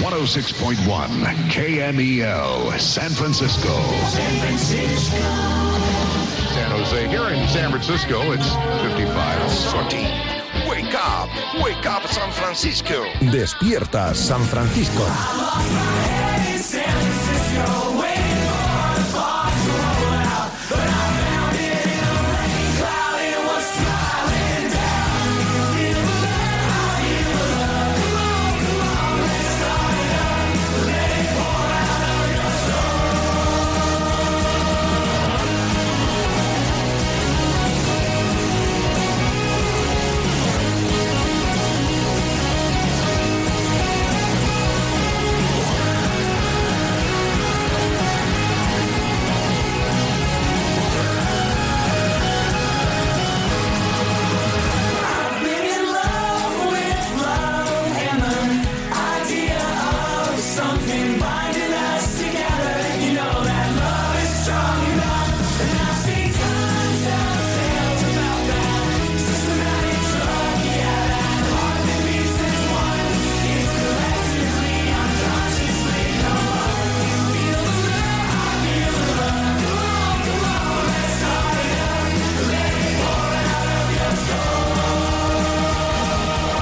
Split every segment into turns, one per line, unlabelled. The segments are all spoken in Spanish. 106.1 KMEL, E San Francisco. San Francisco. San Jose. Here in San Francisco, it's 55.
Sortie. Wake up. Wake up, San Francisco.
Despierta San Francisco.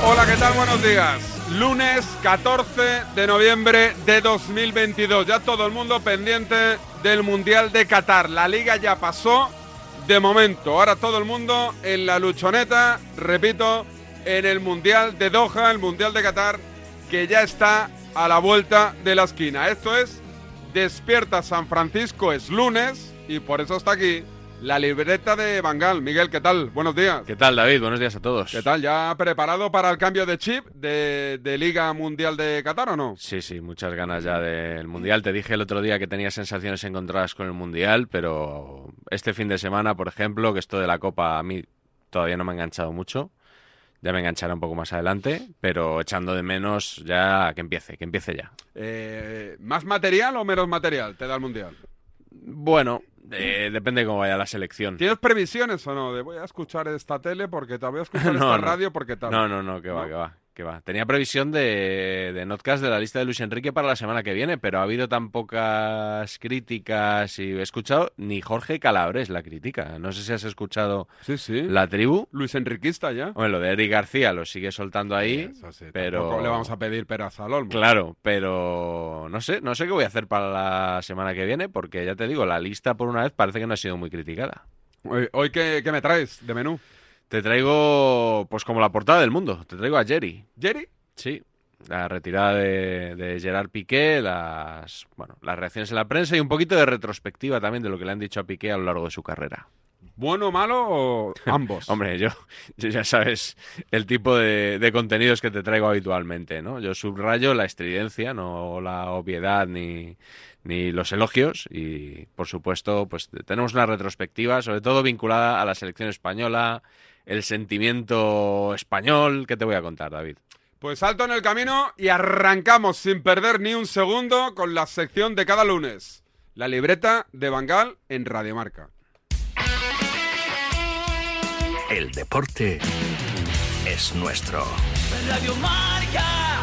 Hola, ¿qué tal? Buenos días. Lunes 14 de noviembre de 2022. Ya todo el mundo pendiente del Mundial de Qatar. La liga ya pasó de momento. Ahora todo el mundo en la luchoneta, repito, en el Mundial de Doha, el Mundial de Qatar, que ya está a la vuelta de la esquina. Esto es Despierta San Francisco, es lunes y por eso está aquí la libreta de Bangal. Miguel, ¿qué tal? Buenos días.
¿Qué tal, David? Buenos días a todos.
¿Qué tal? ¿Ya preparado para el cambio de chip de, de Liga Mundial de Qatar o no?
Sí, sí, muchas ganas ya del Mundial. Te dije el otro día que tenía sensaciones encontradas con el Mundial, pero este fin de semana, por ejemplo, que esto de la Copa a mí todavía no me ha enganchado mucho. Ya me enganchará un poco más adelante, pero echando de menos ya que empiece, que empiece ya.
Eh, ¿Más material o menos material te da el Mundial?
Bueno, eh, depende de cómo vaya la selección.
¿Tienes previsiones o no? De voy a escuchar esta tele porque te voy a escuchar
No, no.
esta radio porque tal.
No, no, no, que va, que va, que va. Tenía previsión de, de Notcast de la lista de Luis Enrique para la semana que viene, pero ha habido tan pocas críticas y he escuchado ni Jorge Calabres la crítica. No sé si has escuchado
Sí, sí.
la tribu.
Luis Enriquista ya.
Bueno, lo de Eric García lo sigue soltando ahí,
Eso sí,
pero...
tampoco le vamos a pedir peras al olmo.
Claro, pero no sé, no sé qué voy a hacer para la semana que viene, porque ya te digo, la lista por una vez parece que no ha sido muy criticada.
Hoy, hoy ¿qué, qué me traes de menú?
Te traigo, pues como la portada del mundo, te traigo a Jerry.
¿Jerry?
Sí, la retirada de, de Gerard Piqué, las, bueno, las reacciones en la prensa y un poquito de retrospectiva también de lo que le han dicho a Piqué a lo largo de su carrera.
¿Bueno, malo o ambos?
Hombre, yo, yo ya sabes el tipo de, de contenidos que te traigo habitualmente, ¿no? Yo subrayo la estridencia, no la obviedad ni, ni los elogios y, por supuesto, pues tenemos una retrospectiva, sobre todo vinculada a la selección española, el sentimiento español. ¿Qué te voy a contar, David?
Pues salto en el camino y arrancamos sin perder ni un segundo con la sección de cada lunes. La libreta de Bangal en Radiomarca.
El deporte es nuestro.
Radio Marca.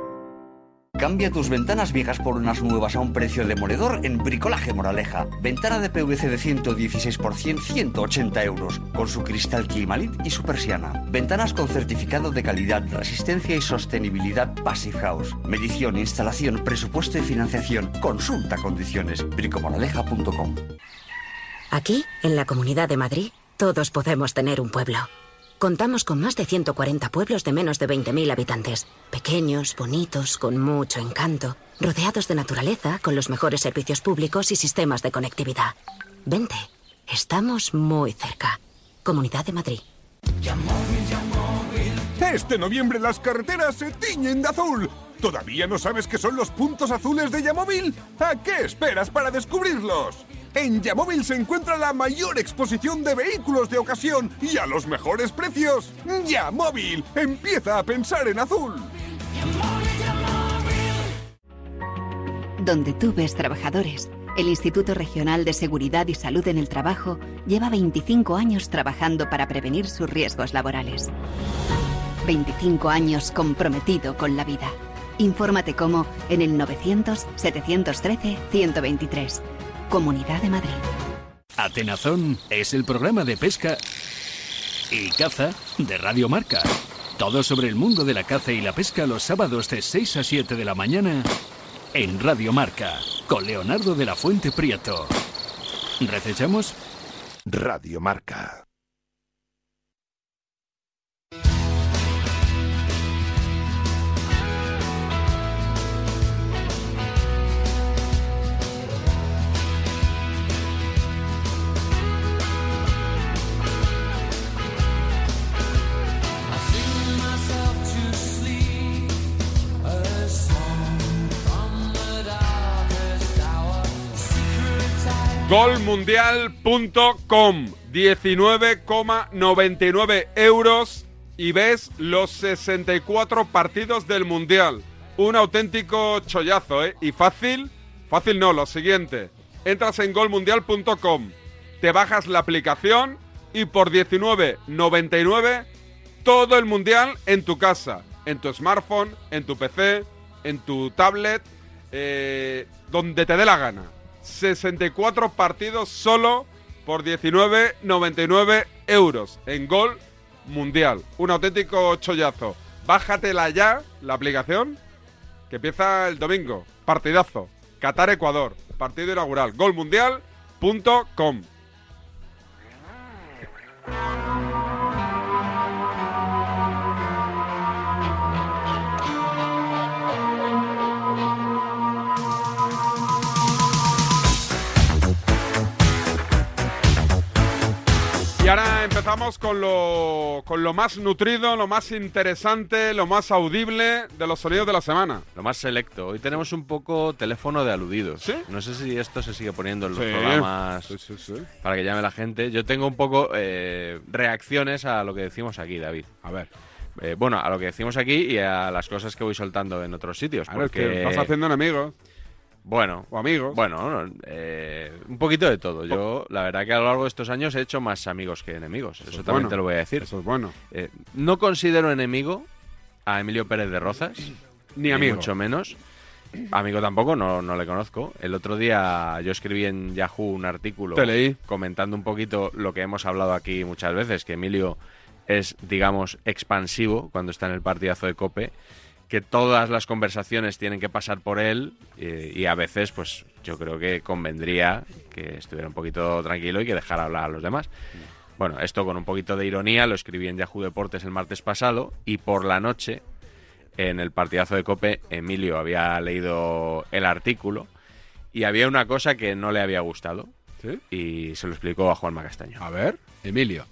Cambia tus ventanas viejas por unas nuevas a un precio demoledor en Bricolaje Moraleja. Ventana de PVC de 116 por 100, 180 euros, con su cristal Climalit y su persiana. Ventanas con certificado de calidad, resistencia y sostenibilidad Passive House. Medición, instalación, presupuesto y financiación. Consulta condiciones. bricomoraleja.com
Aquí, en la Comunidad de Madrid, todos podemos tener un pueblo. Contamos con más de 140 pueblos de menos de 20.000 habitantes, pequeños, bonitos, con mucho encanto, rodeados de naturaleza, con los mejores servicios públicos y sistemas de conectividad. Vente, estamos muy cerca. Comunidad de Madrid.
Este noviembre las carreteras se tiñen de azul. ¿Todavía no sabes qué son los puntos azules de Yamóvil? ¿A qué esperas para descubrirlos? En Yamóvil se encuentra la mayor exposición de vehículos de ocasión y a los mejores precios. Yamóvil, empieza a pensar en azul.
Donde tú ves trabajadores, el Instituto Regional de Seguridad y Salud en el Trabajo lleva 25 años trabajando para prevenir sus riesgos laborales. 25 años comprometido con la vida. Infórmate cómo en el 900-713-123, Comunidad de Madrid.
Atenazón es el programa de pesca y caza de Radio Marca. Todo sobre el mundo de la caza y la pesca los sábados de 6 a 7 de la mañana en Radio Marca con Leonardo de la Fuente Prieto. ¿Recechamos?
Radio Marca.
Golmundial.com 19,99 euros y ves los 64 partidos del Mundial. Un auténtico chollazo, ¿eh? Y fácil, fácil no, lo siguiente. Entras en golmundial.com, te bajas la aplicación y por 19,99 todo el Mundial en tu casa, en tu smartphone, en tu PC, en tu tablet, eh, donde te dé la gana. 64 partidos solo por 19,99 euros en Gol Mundial. Un auténtico chollazo. Bájatela ya, la aplicación, que empieza el domingo. Partidazo. Qatar-Ecuador. Partido inaugural. Golmundial.com. Y ahora empezamos con lo, con lo más nutrido, lo más interesante, lo más audible de los sonidos de la semana.
Lo más selecto. Hoy tenemos un poco teléfono de aludidos. No sé si esto se sigue poniendo en los
Sí.
programas para que llame la gente. Yo tengo un poco eh, reacciones a lo que decimos aquí, David. Eh,
A ver.
bueno, a lo que decimos aquí y a las cosas que voy soltando en otros sitios.
Claro, es que
porque...
estás haciendo enemigos.
Bueno.
O amigos.
Bueno, no, eh, un poquito de todo. Yo, la verdad que a lo largo de estos años he hecho más amigos que enemigos. Eso,
es
también
bueno.
te lo voy a decir. Eso
es bueno.
no considero enemigo a Emilio Pérez de Rozas.
Ni amigo.
mucho menos. Amigo tampoco, no, no le conozco. El otro día yo escribí en Yahoo un artículo
Te leí.
comentando un poquito lo que hemos hablado aquí muchas veces, que Emilio es, digamos, expansivo cuando está en el partidazo de Cope, que todas las conversaciones tienen que pasar por él eh, y a veces, pues yo creo que convendría que estuviera un poquito tranquilo y que dejara hablar a los demás.
Mm.
Bueno, esto con un poquito de ironía lo escribí en Yahoo Deportes el martes pasado y por la noche en el partidazo de Cope, Emilio había leído el artículo y había una cosa que no le había gustado. Y se lo explicó a Juanma Castaño.
A ver, Emilio.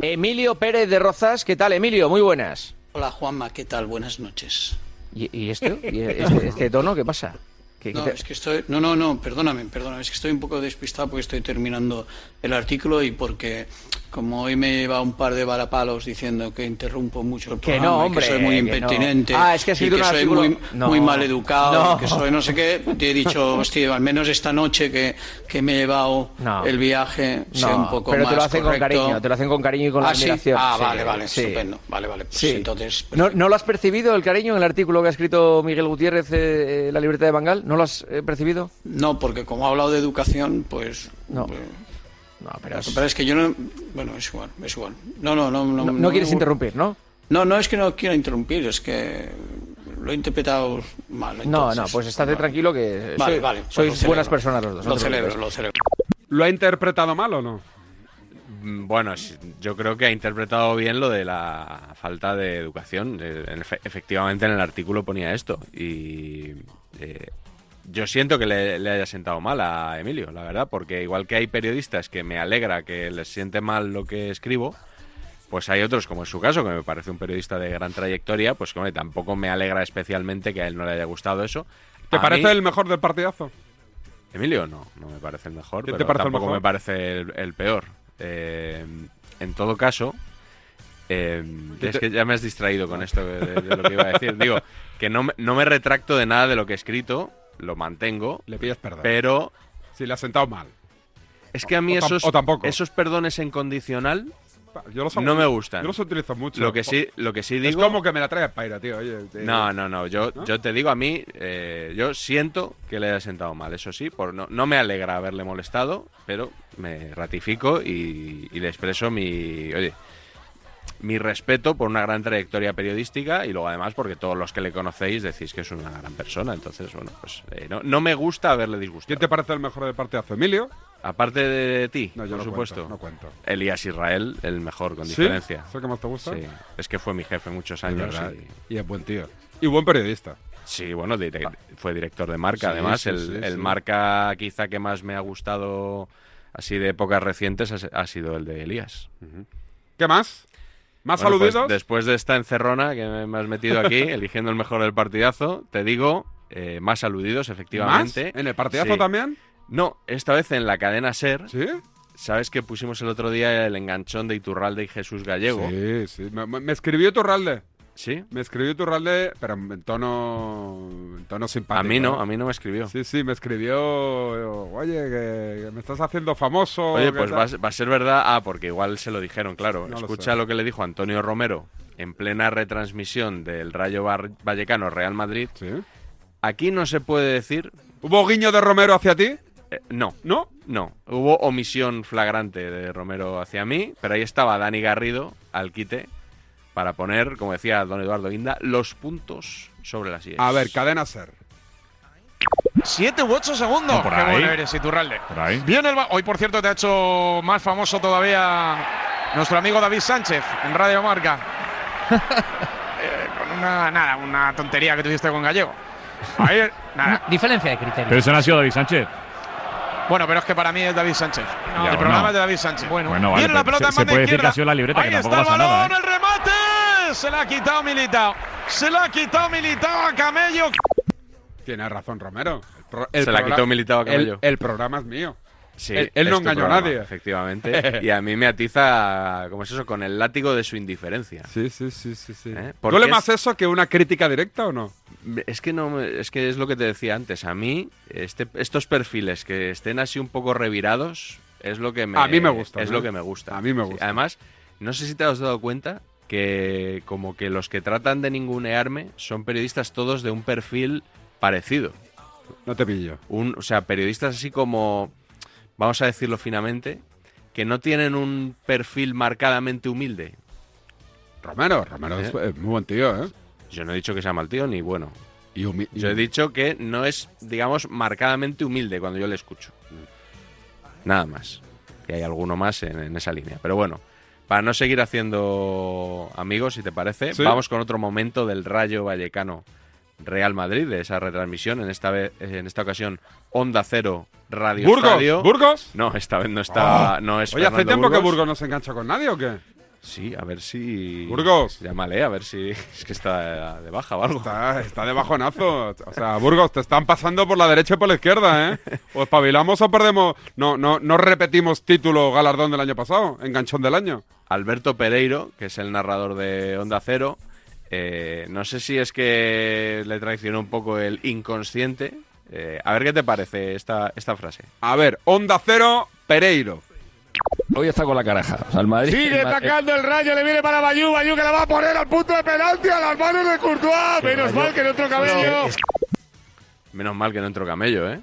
Emilio Pérez de Rozas, ¿qué tal Emilio? Muy buenas.
Hola Juanma, ¿qué tal? Buenas noches.
¿Y, y esto? ¿Y este, este tono qué pasa? ¿Qué- qué
No,
te-
es que estoy. No, no, no, perdóname, perdóname. Es que estoy un poco despistado porque estoy terminando el artículo y porque, como hoy me lleva un par de balapalos diciendo que interrumpo mucho el
Que
programa
no,
y
hombre,
que soy muy
que no.
impertinente.
Ah, es que has
y
escrito
que
un
soy
artículo-
muy,
No.
muy mal educado,
No.
que soy no sé qué. Te he dicho, hostia, al menos esta noche que, que me he llevado
No.
el viaje sea
No,
un poco
pero
más
te lo hacen
correcto.
con cariño, te lo hacen con cariño y con
ah, sí.
admiración.
Ah,
Sí,
vale, vale,
sí.
estupendo. Vale, vale. Pues
Sí.
entonces.
¿No, no lo has percibido el cariño en el artículo que ha escrito Miguel Gutiérrez, eh, eh, La libertad de Bangal? ¿No lo has eh, percibido?
No, porque como ha hablado de educación, pues.
No.
pues,
No,
pero es... que yo no. Bueno, es igual, es igual. No, no, no. No,
No, no quieres interrumpir, ¿no?
No, no es que no quiera interrumpir, es que lo he interpretado mal.
No,
entonces.
no, pues estate
Vale.
tranquilo que eh,
Vale,
sois-
vale, pues lo
sois
celebro.
buenas personas los dos. no
Lo
te
celebro,
preocupes.
lo celebro.
¿Lo ha interpretado mal o no?
Mm, Bueno, es- yo creo que ha interpretado bien lo de la falta de educación. Eh, en efe- Efectivamente, en el artículo ponía esto. Y eh, yo siento que le, le haya sentado mal a Emilio, la verdad, porque igual que hay periodistas que me alegra que les siente mal lo que escribo, pues hay otros, como en su caso, que me parece un periodista de gran trayectoria, pues que hombre, tampoco me alegra especialmente que a él no le haya gustado eso.
¿Te
A
parece
mí-
el mejor del partidazo?
Emilio no, no me parece el mejor,
¿Quién
pero
te parece el
tampoco
mejor?
me parece el, el peor. Eh, en todo caso, eh,
¿Quién
es
te- Ah.
que ya me has distraído con esto de, de- de lo que iba a decir. Digo, que no me, no me retracto de nada de lo que he escrito, lo mantengo.
Le pides perdón.
Pero
Si le has sentado mal.
es que a mí
O tam-
esos,
o tampoco.
esos perdones en condicional
Yo los
no me gustan.
Yo los utilizo mucho.
Lo que sí, lo que sí
Es
digo...
como que me la traes paira, tío. Oye, eh, te-
No, no, no. Yo, yo te digo, a mí, eh, yo siento que le haya sentado mal, eso sí. Por, no, no me alegra haberle molestado, pero me ratifico y, y le expreso mi. Oye. Mi respeto por una gran trayectoria periodística y luego además porque todos los que le conocéis decís que es una gran persona. Entonces, bueno, pues eh, no, no me gusta haberle disgustado. ¿Quién te
parece el mejor de partidazo, Emilio?
Aparte de ti,
No, yo
por
no
supuesto.
cuento, no cuento.
Elías Israel, el mejor con
¿Sí?
diferencia.
¿Es el que más te gusta?
Sí. Es que fue mi jefe muchos
Es
años.
verdad.
y-
Y es buen tío. Y buen periodista.
Sí, bueno, dire- fue director de marca.
Sí,
Además,
sí,
el,
sí,
el
sí.
marca quizá que más me ha gustado así de épocas recientes ha, ha sido el de Elías.
¿Qué más? ¿Más
Bueno, pues,
saluditos?
después de esta encerrona que me, me has metido aquí, eligiendo el mejor del partidazo, te digo, eh, más saludidos, efectivamente.
¿Más? ¿En el partidazo también?
No, esta vez en la cadena SER. ¿Sabes que pusimos el otro día el enganchón de Iturralde y Jesús Gallego?
Sí, sí. Me, me- me escribió Turralde.
¿Sí?
Me escribió Turralde, pero en tono, en tono simpático.
A mí no,
¿eh?
a mí no me escribió.
Sí, sí, me escribió, oye, que, que me estás haciendo famoso.
Oye,
¿qué
pues
tal?".
va, a ser- va a ser verdad. Ah, porque igual se lo dijeron, claro.
No lo
Escucha
sé.
lo, que le dijo Antonio Romero en plena retransmisión del Rayo Bar- Vallecano Real Madrid. Aquí no se puede decir. Eh,
¿Hubo guiño de Romero hacia ti?
no.
¿No?
No. Hubo omisión flagrante de Romero hacia mí, pero ahí estaba Dani Garrido al quite para poner, como decía don Eduardo Inda, los puntos sobre las sillas.
A ver, cadena ser.
Siete u ocho segundos.
No, por
Qué
ahí.
bueno eres, Iturralde.
Por ahí.
Viene el ba- Hoy, por cierto, te ha hecho más famoso todavía nuestro amigo David Sánchez en Radio Marca. Eh, con una, nada, una tontería que tuviste con Gallego. Ahí, nada.
Diferencia de criterio.
Pero eso no ha sido David Sánchez.
Bueno, pero es que para mí es David Sánchez.
No.
el
Ya,
programa
bueno.
es de David Sánchez.
Bueno, vale,
Viene la
pero
pelota
se,
en
se
banda
puede decir que
izquierda.
ha sido la libreta,
Ahí
que tampoco
está el
pasa nada.
¿eh?
balón, el remate. Se la ha quitado Militao. Se la ha quitado Militao a Camello.
Tiene razón Romero. El pro-
Se la
programa-
quitó Militao a Camello.
El, el programa es mío.
Sí,
él él
es
no
tu
engañó a
programa,
nadie.
Efectivamente. Y a mí me atiza, ¿cómo es eso? Con el látigo de su indiferencia.
Sí, sí, sí, sí. sí.
¿Eh? Porque
¿Duele
es-
más eso que una crítica directa o no?
Es que no, me- es que es lo que te decía antes. A mí este, estos perfiles que estén así un poco revirados es lo que me
A mí me gusta,
Es
¿no?
lo que me gusta.
A mí me
Sí,
gusta.
Además, no sé si te has dado cuenta que como que los que tratan de ningunearme son periodistas todos de un perfil parecido.
No te pillo.
Un, o sea, periodistas así como vamos a decirlo finamente que no tienen un perfil marcadamente humilde.
Romero, Romero es- es muy buen tío, ¿eh?
Yo no he dicho que sea mal tío ni bueno.
¿eh?
Y
Yo he dicho que no es, digamos, marcadamente humilde cuando yo le escucho. Nada más. Que hay alguno más en, en esa línea. Pero bueno, para no seguir haciendo amigos, si te parece,
Sí.
vamos con otro momento del Rayo Vallecano Real Madrid, de esa retransmisión. En esta, vez, en esta ocasión, Onda Cero Radio
Burgos,
Estadio.
Burgos.
No, esta vez no está.
Oh.
No es
Oye, ¿hace
Fernando
tiempo que
Burgos.
Burgos no se engancha con nadie o qué?
Sí, a ver si.
Burgos.
Llámale, a ver si es que está de baja o algo.
Está, está de bajonazo. O sea, Burgos, te están pasando por la derecha y por la izquierda, ¿eh? O espabilamos o perdemos. No, no, no repetimos título o galardón del año pasado, enganchón del año.
Alberto Pereiro, que es el narrador de Onda Cero. eh, no sé si es que le traicionó un poco el inconsciente. Eh, a ver qué te parece esta, esta frase.
A ver, Onda Cero, Pereiro.
Hoy está con la caraja. O sea, el Madrid.
Sigue
el Ma-
atacando el rayo, le viene para Bayú, Bayú que la va a poner al punto de penalti a las manos de Courtois. Menos mal que en otro cabello.
Menos mal que no entró Camello, ¿eh?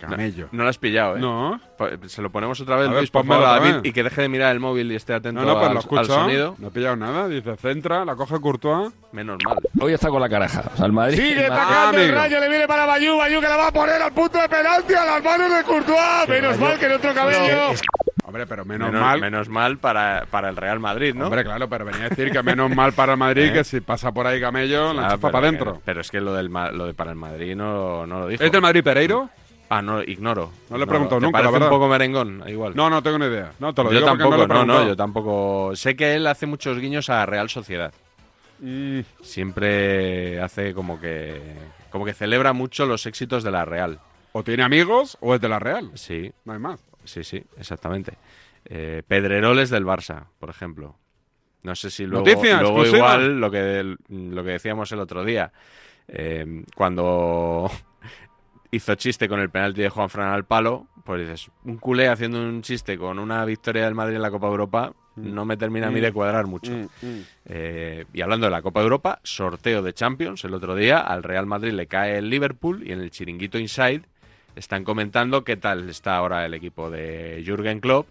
Camello.
No, no lo has pillado, ¿eh?
No.
Se lo ponemos otra vez,
A ver,
Luis, por
ponmelo
favor, a
otra
David,
vez.
y que deje de mirar el móvil y esté atento
No, no, pues
al-
lo
al
escucho.
sonido.
No he pillado nada. Dice, centra, la coge Courtois.
Menos mal.
Hoy está con la caraja. O sea, el Madrid.
Sigue
el Ma-
atacando el
Amigo.
rayo, le viene para Bayú, Bayú que la va a poner al punto de penalti a las manos de Courtois. Menos mal que en otro cabello.
Hombre, pero menos mal.
Menos mal para, para el Real Madrid, ¿no?
Hombre, claro, pero venía a decir que menos mal para el Madrid,
¿Eh?
que si pasa por ahí Camello, la
Ah,
enchufa
pero
para
que-
adentro.
Pero es que lo, del, ma- lo de para el Madrid no, no lo dijo.
¿Es del Madrid Pereiro?
Ah, no, ignoro.
No le he preguntado
¿te
nunca, la
parece
verdad.
un poco merengón, igual.
No, no tengo ni idea. No, te lo
yo
digo porque
tampoco,
no lo
no,
he
no,
preguntado.
yo tampoco. Sé que él hace muchos guiños a Real Sociedad.
Mm.
Siempre hace como que como que celebra mucho los éxitos de la Real.
O tiene amigos o es de la Real.
Sí.
No hay más.
Sí, sí, exactamente. Eh, Pedreroles del Barça, por ejemplo. No sé si luego,
Noticia
luego
exclusiva.
igual lo que, eh, lo que decíamos el otro día, eh, cuando hizo chiste con el penalti de Juan Fran al palo, pues dices, un culé haciendo un chiste con una victoria del Madrid en la Copa Europa no me termina a mí
Mm.
de cuadrar mucho.
Mm, mm.
Eh, y hablando de la Copa Europa, sorteo de Champions. El otro día al Real Madrid le cae el Liverpool y en el chiringuito Inside están comentando qué tal está ahora el equipo de Jürgen Klopp.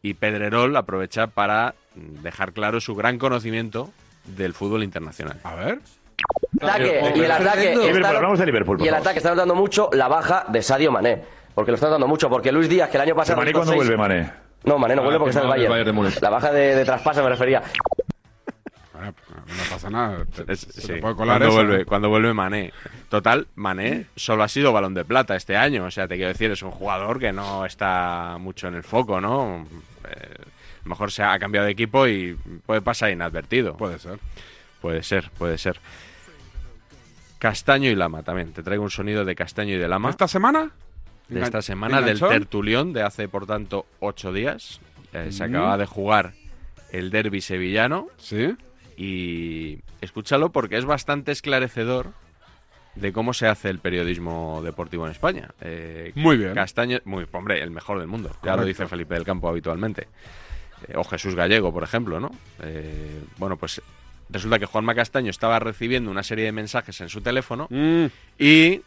Y Pedrerol aprovecha para dejar claro su gran conocimiento del fútbol internacional.
A ver.
ataque, y el ataque está- y el ataque está notando mucho la baja de Sadio Mané porque lo está notando mucho porque Luis Díaz que el año pasado
Mané
hizo
cuándo
seis-
vuelve, Mané?
no Mané no
Ah,
vuelve porque
que
está en el
no,
Bayern,
el Bayern de Múnich.
la baja de, de traspase me refería
No pasa nada. Te-
Es-
se
sí,
te puede colar
cuando,
esa,
vuelve,
¿no?
cuando vuelve Mané. Total, Mané solo ha sido balón de plata este año. O sea, te quiero decir, es un jugador que no está mucho en el foco, ¿no? Eh, a lo mejor se ha cambiado de equipo y puede pasar inadvertido.
Puede ser.
Puede ser, puede ser. Castaño y Lama también. Te traigo un sonido de Castaño y de Lama.
¿Esta semana?
De
Engan-
esta semana, del
enganchón.
tertulión de hace, por tanto, ocho días. Eh, Se
Mm.
acaba de jugar el derby sevillano.
Sí.
Y escúchalo porque es bastante esclarecedor de cómo se hace el periodismo deportivo en España. Eh,
Muy bien.
Castaño, muy, hombre, el mejor del mundo. Ya
Correcto.
lo dice Felipe del Campo habitualmente. Eh, o Jesús Gallego, por ejemplo, ¿no? Eh, bueno, pues resulta que Juanma Castaño estaba recibiendo una serie de mensajes en su teléfono
Mm.
y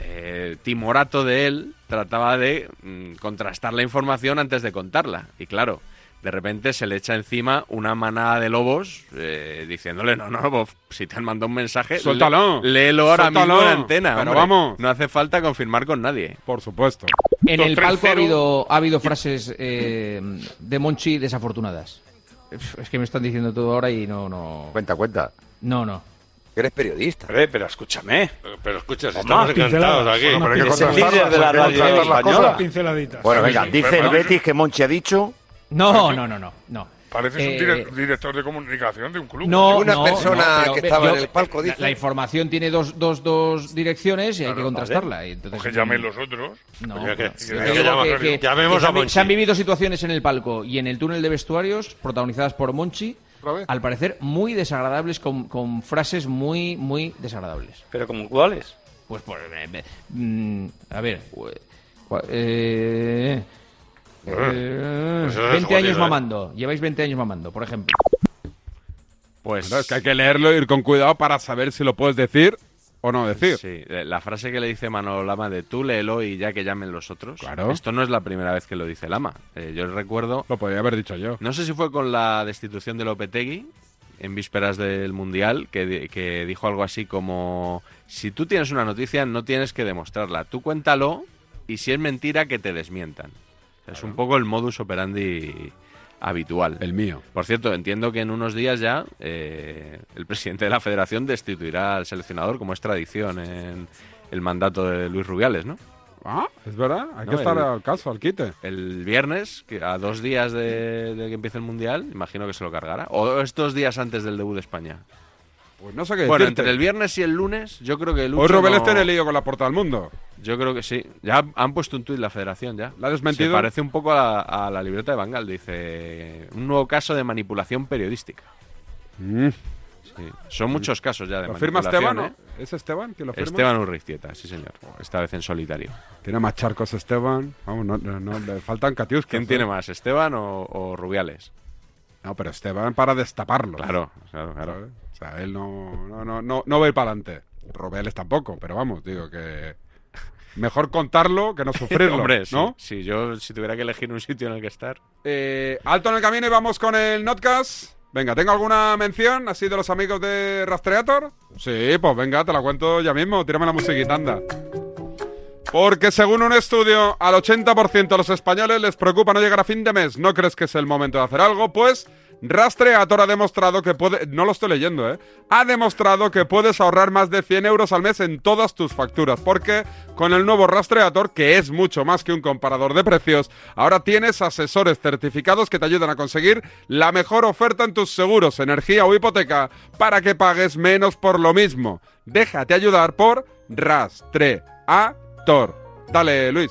eh, timorato de él trataba de mm, contrastar la información antes de contarla. Y claro, de repente se le echa encima una manada de lobos eh, diciéndole, no, no, vos, si te han mandado un mensaje, le-
Suéltalo.
léelo ahora mismo
Suéltalo.
en antena.
Pero
hombre.
vamos.
No hace falta confirmar con nadie.
Por supuesto.
En el palco ha habido, ha habido frases eh, de Monchi desafortunadas. Es que me están diciendo todo ahora y no, no. Cuenta, cuenta. No, no.
Eres periodista.
pero escúchame.
Pero escuchas,
Toma,
estamos encantados
pinceladas.
aquí.
Bueno, pero hay que
Es el
contrastarlas,
líder de la
hay que
radio
contrastar las
española.
cosas. Pinceladitas.
Bueno, venga,
Sí, sí.
dice
Pero
el
parece-
Betis que Monchi ha dicho...
No, no, no, no. no.
Pareces
Eh,
director de comunicación de un club.
No, no, no,
persona
pero ve- yo- la- La, información tiene dos, dos, dos direcciones y hay que contrastarla. y entonces, mm,
que llamen los otros.
No,
Oye, que-
no.
que-
Yo
que
digo
llaman,
que-
Sergio.
que-
Llamemos
que se
a
han vi-
Monchi.
Se han vivido situaciones en el palco y en el túnel de vestuarios protagonizadas por Monchi, al parecer muy desagradables, con, con frases muy, muy desagradables.
¿Pero como cuáles?
Pues por... Mm, a ver... u- cua- eh, eh,
Pues eso es
20
jodido,
años
¿eh?
mamando. Lleváis 20 años mamando, por ejemplo.
Pues
Claro, es que hay que leerlo y ir con cuidado para saber si lo puedes decir o no decir.
Sí, eh, la frase que le dice Manolo Lama de tú léelo y ya que llamen los otros.
Claro.
Esto no es la primera vez que lo dice Lama. Eh, yo recuerdo.
Lo podría haber dicho yo.
No sé si fue con la destitución de Lopetegui en vísperas del Mundial, que, di- que dijo algo así como: Si tú tienes una noticia, no tienes que demostrarla. Tú cuéntalo y si es mentira, que te desmientan. O sea, Es un poco el modus operandi habitual.
El mío.
Por cierto, entiendo que en unos días ya eh, el presidente de la federación destituirá al seleccionador, como es tradición en el mandato de Luis Rubiales, ¿no?
Ah, es verdad. Hay
No,
que estar
el-
al caso, al quite.
El viernes, que a dos días de, de que empiece el Mundial, imagino que se lo cargará. O estos días antes del debut de España.
Pues no sé qué
Bueno,
decirte.
entre el viernes y el lunes, yo creo que el
Hoy Rubén está en el lío con la porta del mundo.
Yo creo que sí. Ya han puesto un tuit la federación, ya.
¿La ha desmentido?
Se parece un poco a, a la libreta de Bangal. Dice, un nuevo caso de manipulación periodística.
Mm.
Sí. Son muchos casos ya de
¿Lo firma
manipulación,
Esteban?
¿eh?
¿no? ¿Es Esteban quien lo firma?
Esteban Urriztieta, sí señor. Esta vez en solitario.
Tiene más charcos Esteban. Vamos, no, no, no, le faltan catiuscas.
¿Quién
¿eh?
tiene más, Esteban o, o Rubiales?
No, pero Esteban para destaparlo.
Claro, claro, claro.
¿sabes? O sea, él no, no, no, no, no va a ir para adelante. Robeles tampoco, pero vamos, digo que... Mejor contarlo que no sufrirlo,
Hombre, sí.
¿no?
Si yo si tuviera que elegir un sitio en el que estar.
Eh, alto en el camino y vamos con el Notcast. Venga, ¿tengo alguna mención así de los amigos de Rastreator? Sí, pues venga, te la cuento ya mismo. Tírame la musiquita, anda. Porque según un estudio, al 80% de los españoles les preocupa no llegar a fin de mes. ¿No crees que es el momento de hacer algo? Pues Rastreator ha demostrado que puede... No lo estoy leyendo, ¿eh? Ha demostrado que puedes ahorrar más de 100 euros al mes en todas tus facturas. Porque con el nuevo Rastreator, que es mucho más que un comparador de precios, ahora tienes asesores certificados que te ayudan a conseguir la mejor oferta en tus seguros, energía o hipoteca para que pagues menos por lo mismo. Déjate ayudar por Rastreator. Tor. Dale, Luis.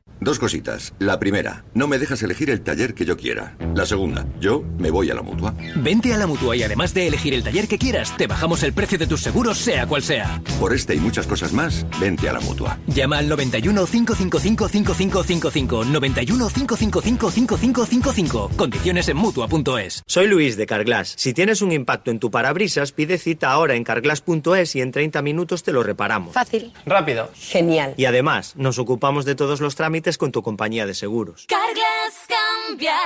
Dos cositas. La primera, no me dejas elegir el taller que yo quiera. La segunda, yo me voy a la mutua.
Vente a la mutua y además de elegir el taller que quieras, te bajamos el precio de tus seguros, sea cual sea.
Por esta y muchas cosas más, vente a la mutua.
Llama al 91 555 5555 91 555 5555. Condiciones en mutua.es.
Soy Luis de Carglass. Si tienes un impacto en tu parabrisas, pide cita ahora en carglass.es y en 30 minutos te lo reparamos.
Fácil.
Rápido.
Genial.
Y además, nos ocupamos de todos los trámites con tu compañía de seguros.
Carglass cambia,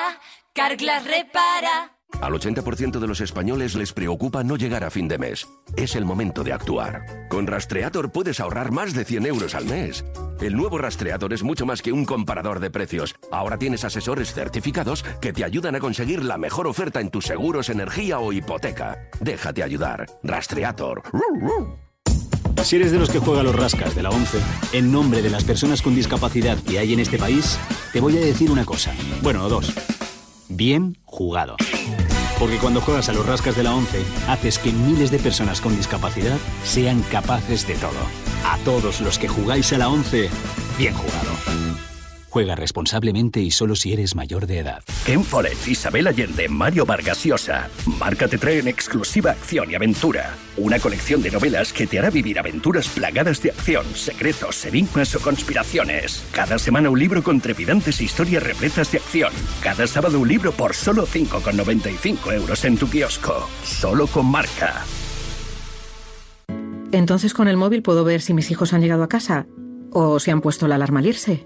Carglass repara.
Al 80% de los españoles les preocupa no llegar a fin de mes. Es el momento de actuar. Con Rastreator puedes ahorrar más de 100 euros al mes. El nuevo Rastreator es mucho más que un comparador de precios. Ahora tienes asesores certificados que te ayudan a conseguir la mejor oferta en tus seguros, energía o hipoteca. Déjate ayudar. Rastreator.
Si eres de los que juega los rascas de la 11, en nombre de las personas con discapacidad que hay en este país, te voy a decir una cosa. Bueno, dos. Bien jugado. Porque cuando juegas a los rascas de la 11, haces que miles de personas con discapacidad sean capaces de todo. A todos los que jugáis a la 11, bien jugado. Juega responsablemente y solo si eres mayor de edad.
Ken Follett, Isabel Allende, Mario Vargas Llosa. Marca te trae en exclusiva acción y aventura. Una colección de novelas que te hará vivir aventuras plagadas de acción, secretos, enigmas o conspiraciones. Cada semana un libro con trepidantes historias repletas de acción. Cada sábado un libro por solo 5,95 euros en tu kiosco. Solo con marca.
Entonces con el móvil puedo ver si mis hijos han llegado a casa o si han puesto la alarma al irse.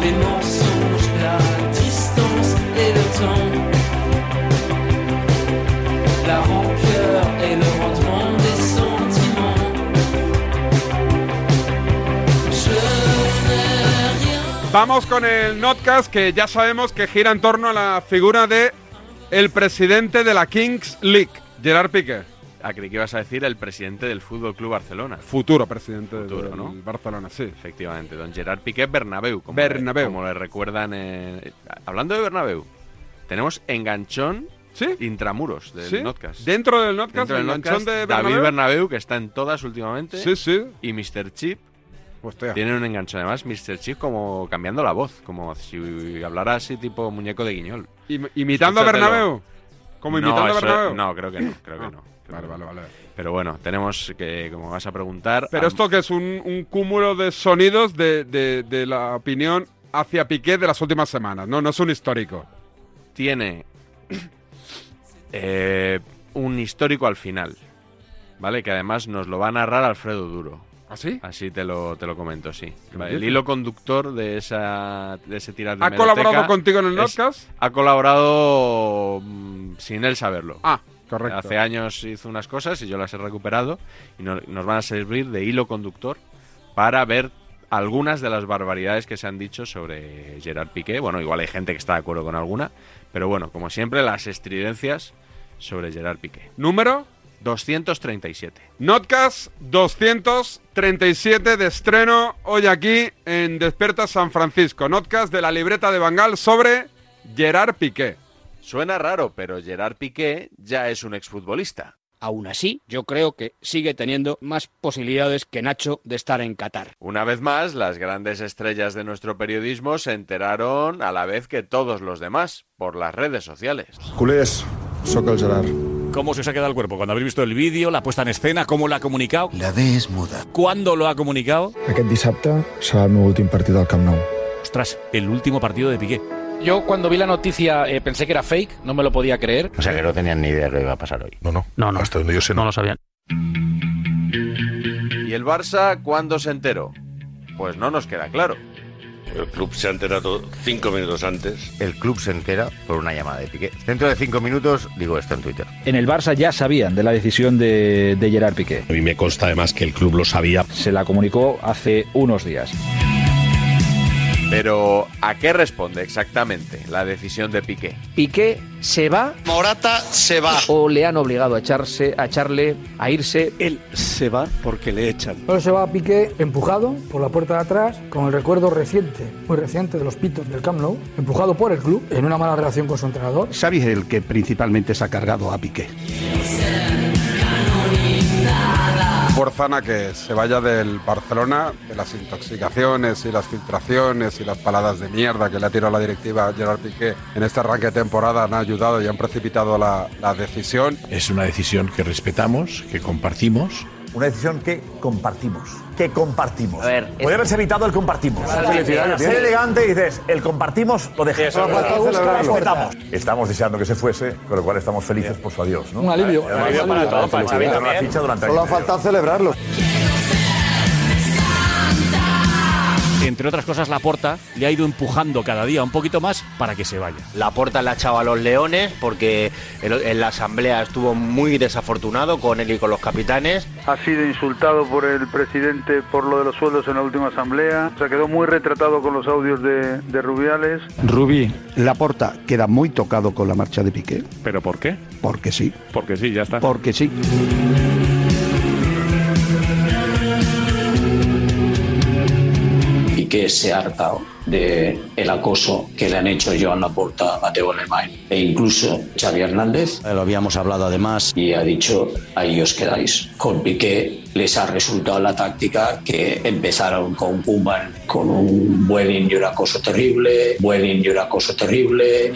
les mensonges, la distance et le temps, la rancœur et le rendement des sentiments. Je n'ai rien.
Vamos con el notcast que ya sabemos que gira en torno a la figura de el presidente de la Kings League, Gerard Piqué.
Ah, creí que ibas a decir el presidente del Fútbol Club Barcelona.
Futuro presidente
Futuro,
del
¿no?
Barcelona, sí.
Efectivamente, don Gerard Piqué Bernabéu. Como Le,
Bernabéu.
como le recuerdan. eh, hablando de Bernabéu, tenemos enganchón intramuros del
Sí.
Notcast.
Dentro del Notcast,
Dentro del
enganchón
Notcast,
de
David
Bernabéu.
Bernabéu, que está en todas últimamente.
Sí, sí.
Y Mr. Chip.
Hostia.
Tiene un enganchón. Además, Mr. Chip como cambiando la voz, como si hablara así tipo muñeco de guiñol.
Im- imitando a
Escúchatelo.
Bernabéu. Como
No,
imitando a
eso-
Bernabéu. Ah,
No, creo que no, creo que no.
Vale, vale, vale.
Pero bueno, tenemos que, como vas a preguntar...
Pero
a-
esto que es un, un cúmulo de sonidos de, de- de la opinión hacia Piqué de las últimas semanas, ¿no? No es un histórico.
tiene eh, un histórico al final, ¿vale? Que además nos lo va a narrar Alfredo Duro.
¿Ah, sí?
Así te lo, te lo comento, sí.
¿Qué me
El
dices?
hilo conductor de, esa, de ese tirar de
¿Ha colaborado
hemeroteca
contigo en el
es-
podcast?
Ha colaborado mm, sin él saberlo.
Ah, correcto.
Hace años hizo unas cosas y yo las he recuperado y no- nos van a servir de hilo conductor para ver algunas de las barbaridades que se han dicho sobre Gerard Piqué. Bueno, igual hay gente que está de acuerdo con alguna, pero bueno, como siempre, las estridencias sobre Gerard Piqué.
¿Número?
237.
Notcast 237 de estreno hoy aquí en Desperta San Francisco. Notcast de la libreta de Bangal sobre Gerard Piqué.
Suena raro, pero Gerard Piqué ya es un exfutbolista.
Aún así, yo creo que sigue teniendo más posibilidades que Nacho de estar en Qatar.
Una vez más, las grandes estrellas de nuestro periodismo se enteraron a la vez que todos los demás por las redes sociales.
Culés, soca el Gerard.
¿Cómo se os ha quedado el cuerpo? Cuando habéis visto el vídeo, la puesta en escena, cómo la ha comunicado.
La D és muda.
¿Cuándo lo ha comunicado?
Aquest dissabte serà el meu últim partit al Camp Nou.
Ostras, el último partido de Piqué.
Yo cuando vi la noticia eh, pensé que era fake, no me lo podía creer.
O sea que no tenían ni idea de lo que iba a pasar hoy.
No, no. No, no. Hasta donde yo sé, no.
No lo sabían.
¿Y el Barça cuándo se enteró? Pues no nos queda claro.
El club se ha enterado cinco minutos antes.
El club se entera por una llamada de Piqué. Dentro de cinco minutos digo esto en Twitter.
En el Barça ya sabían de la decisión de, de Gerard Piqué.
A mí me consta además que el club lo sabía.
Se la comunicó hace unos días.
Pero, ¿a qué responde exactamente la decisión de Piqué?
Piqué se va.
Morata se va.
O le han obligado a echarse, a echarle, a irse.
Él se va porque le echan.
Ahora se va Piqué empujado por la puerta de atrás, con el recuerdo reciente, muy reciente, de los pitos del Camp Nou, empujado por el club, en una mala relación con su entrenador.
Xavi es el que principalmente se ha cargado a Piqué.
Forzan a que se vaya del Barcelona, de las intoxicaciones y las filtraciones y las paladas de mierda que le ha tirado la directiva a Gerard Piqué en este arranque de temporada han ayudado y han precipitado la, la decisión.
Es una decisión que respetamos, que compartimos.
Una decisión que compartimos. Que compartimos.
A ver,
Podría haberse evitado el compartimos.
Esa felicidad que
Ser
tiene.
elegante y dices, el compartimos lo dejamos.
Eso es verdad.
Lo
Celebrarlo.
respetamos. Estamos deseando que se fuese, con lo cual estamos felices por su adiós. ¿no?
Un alivio. Un
Además,
alivio para todos, para
felicidad,
Xavi
una
también.
ficha durante
Solo ha
faltado celebrarlo.
Entre otras cosas, la porta le ha ido empujando cada día un poquito más para que se vaya.
La porta la ha echado a los leones porque el- en la asamblea estuvo muy desafortunado con él y con los capitanes.
Ha sido insultado por el presidente por lo de los sueldos en la última asamblea. Se quedó muy retratado con los audios de, de Rubiales.
Rubí, Laporta queda muy tocado con la marcha de Piqué.
¿Pero por qué?
Porque sí.
Porque sí, ya está.
Porque sí.
y que se ha hartado de el acoso que le han hecho Joan Laporta a Mateo Alemán e incluso Xavi Hernández. Eh, Lo habíamos hablado además. Y ha dicho, ahí os quedáis. Con Piqué les ha resultado la táctica que empezaron con Koeman con un buen y un acoso terrible, buen y un acoso terrible.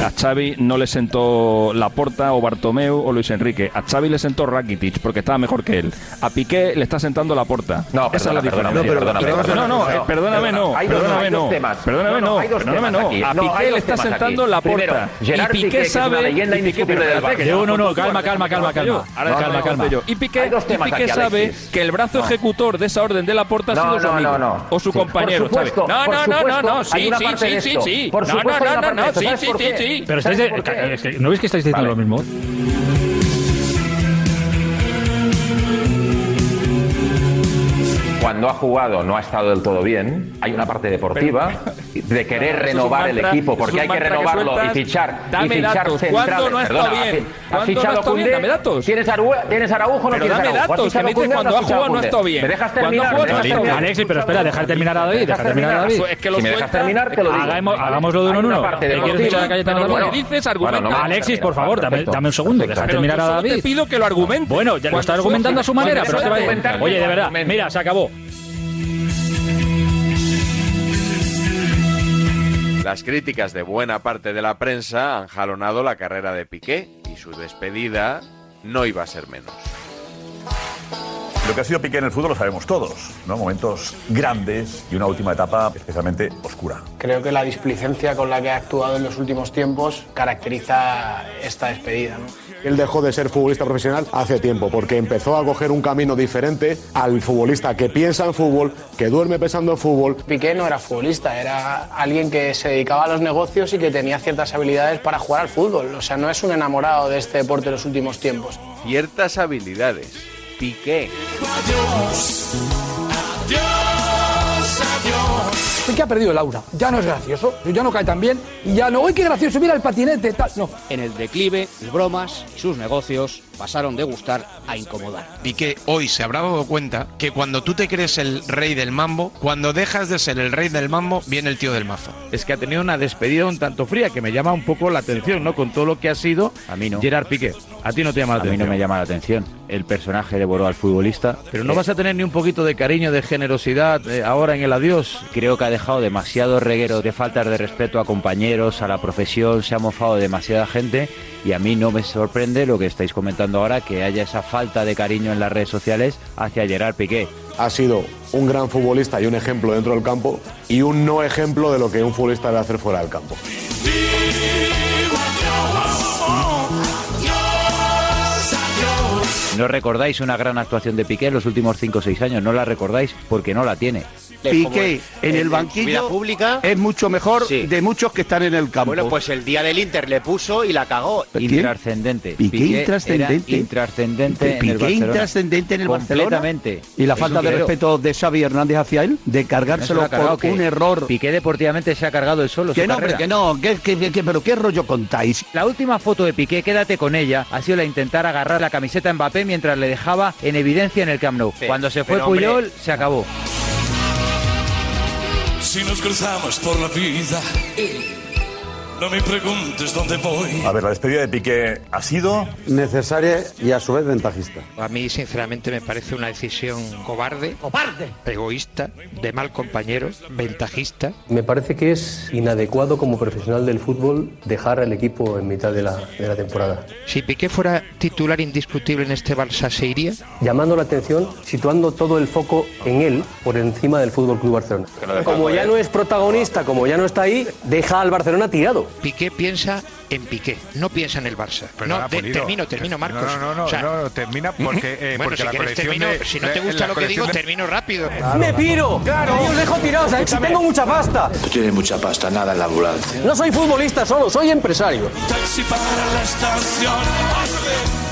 A Xavi no le sentó Laporta o Bartomeu o Luis Enrique. A Xavi le sentó Rakitic porque estaba mejor que él. A Piqué le está sentando Laporta. No, Esa es la diferencia.
perdóname, perdóname,
no, no,
perdóname,
eh, perdóname, no.
Hay dos-
Perdóname,
hay dos
no.
temas.
Perdóname,
No, no,
no.
hay dos
Perdóname,
temas
no.
aquí.
A
No, hay
Piqué
dos
le está
temas
sentando
aquí. Primero,
Laporta. Y
Gerard Piqué, que
Piqué
es una
sabe.
leyenda
y Piqué-
indiscutible del
espérate, que
básquet.
no, no, no,
Por
calma,
suerte,
calma, calma,
por suerte.
calma. Ahora
No, no,
calma,
no,
calma.
pero
Y Piqué
hay dos temas
Piqué
aquí,
sabe
Alexis.
que el brazo
No.
ejecutor de esa orden de Laporta ha
No,
sido su
no,
amigo.
no, no.
O su
Sí.
compañero,
Por
Xavi.
supuesto, por
No, no, no,
supuesto,
no, no.
hay
Sí,
una
sí,
parte
sí,
de
sí,
esto.
sí.
Por
No,
supuesto, hay
no,
una
no,
parte de
no,
esto.
sí,
¿Sabes
sí,
por
sí,
qué?
sí.
Pero estáis de- es
¿No veis que estáis diciendo lo mismo?
Cuando ha jugado no ha estado del todo bien. Hay una parte deportiva de querer
Eso es un
renovar el
mantra-
equipo
eso
porque
es
hay
un
que
mantra
renovarlo
sueltas.
y fichar. y
Dame
fichar
datos. ¿Cuándo
centrales.
no ha estado
Perdona, has-
bien?
¿Has
¿Cuándo no ha
fichado
estado bien?
Koundé?
Dame datos.
¿Tienes a Araujo ¿Tienes Araujo o no
Pero
tienes
dame
Araujo? ¿Has
datos, que
fichado
me dices
Koundé o no
cuando
has
ha jugado
fichado
no ha
Koundé?
estado bien.
¿Me dejas
Cuando ha
terminar?
jugado no ha
¿Me dejas
estado bien.
terminar?
Alexis, pero espera, dejar terminar a David,
¿Me dejas
dejar terminar a David.
Es que lo
Si me dejas
sueltas- terminar, te lo digo.
Hagamos- hagámoslo de uno en
Hay una
uno.
parte
Pero
deportiva-
quiero escuchar a Calle Tanaro.
Bueno,
Bueno, dices,
bueno,
argumenta.
no me-
Alexis, por favor, dame,
Perfecto.
dame un segundo,
Perfecto.
deja
Pero
terminar
yo
a
solo
David.
te
pido que lo argumente. Bueno, ya lo está argumentando a su manera, pero
Cuando
te va a
sueltes-
decir- Oye, de verdad, mira, se acabó.
Las críticas de buena parte de la prensa han jalonado la carrera de Piqué y su despedida no iba a ser menos.
Lo que ha sido Piqué en el fútbol lo sabemos todos, ¿no? Momentos grandes y una última etapa especialmente oscura.
Creo que la displicencia con la que ha actuado en los últimos tiempos caracteriza esta despedida. ¿no?
Él dejó de ser futbolista profesional hace tiempo porque empezó a coger un camino diferente al futbolista que piensa en fútbol, que duerme pensando en fútbol.
Piqué no era futbolista, era alguien que se dedicaba a los negocios y que tenía ciertas habilidades para jugar al fútbol. O sea, no es un enamorado de este deporte de los últimos tiempos.
Ciertas habilidades. Piqué.
Adiós, adiós, adiós.
Es que ha perdido el aura. Ya no es gracioso. Ya no cae tan bien. Y ya no, uy, qué gracioso, mira el patinete, tal. No.
En el declive, sus bromas y sus negocios pasaron de gustar a incomodar.
Piqué hoy se habrá dado cuenta que cuando tú te crees el rey del mambo, cuando dejas de ser el rey del mambo, viene el tío del mazo.
Es que ha tenido una despedida un tanto fría que me llama un poco la atención, ¿no? Con todo lo que ha sido a mí no. Gerard Piqué. A ti no te llama la
A mí
atención.
no me llama la atención el personaje devoró al futbolista.
Pero no vas a tener ni un poquito de cariño, de generosidad eh, ahora en el adiós.
Creo que ha dejado demasiado reguero de faltas de respeto a compañeros, a la profesión, se ha mofado de demasiada gente y a mí no me sorprende lo que estáis comentando ahora, que haya esa falta de cariño en las redes sociales hacia Gerard Piqué.
Ha sido un gran futbolista y un ejemplo dentro del campo y un no ejemplo de lo que un futbolista debe hacer fuera del campo.
No recordáis una gran actuación de Piqué en los últimos 5 o 6 años, no la recordáis porque no la tiene.
Piqué en el banquillo es mucho mejor de muchos que están en el campo.
Bueno, pues el día del Inter le puso y la cagó.
Intrascendente.
Piqué
era
intrascendente.
intrascendente en el
Piqué
Barcelona.
intrascendente en el Barcelona.
Completamente.
Y la
Es
falta
un
de
cero.
respeto de Xavi Hernández hacia él, de cargárselo
No se lo ha cargado,
por un
que
error.
Piqué deportivamente se ha cargado el solo.
Que
su
no, hombre,
carrera.
que no, que, que- que- pero qué rollo contáis.
La última foto de Piqué, quédate con ella, ha sido la intentar agarrar la camiseta a Mbappé mientras le dejaba en evidencia en el Camp Nou.
Sí,
Cuando se fue
pero, hombre,
Puyol, se acabó.
Si nos cruzamos por la vida, no me preguntes dónde voy.
A ver, la despedida de Piqué ha sido
Necesaria y a su vez ventajista.
A mí, sinceramente, me parece una decisión cobarde,
¡Cobarde!
egoísta, de mal compañero, ventajista.
Me parece que es inadecuado como profesional del fútbol dejar al equipo en mitad de la, de la temporada.
Si Piqué fuera titular indiscutible en este Barça, ¿se iría?
Llamando la atención, situando todo el foco en él por encima del Fútbol Club Barcelona. Como ya no es protagonista, como ya no está ahí, deja al Barcelona tirado.
Piqué piensa en Piqué, no piensa en el Barça. no, de- termino, termino, Marcos.
No, no, no,
O sea,
no, no, termina porque, eh,
bueno,
porque
si
la
quieres
colección
termino,
de-
si no
eh,
te
la-
gusta
la
lo que digo,
colección de-
termino rápido.
¡Me piro! Yo os dejo tirados, a ver si
Escúchame.
tengo mucha pasta.
Tú tienes mucha pasta, nada en la ambulancia.
No soy futbolista solo, soy empresario.
Taxi para la estación.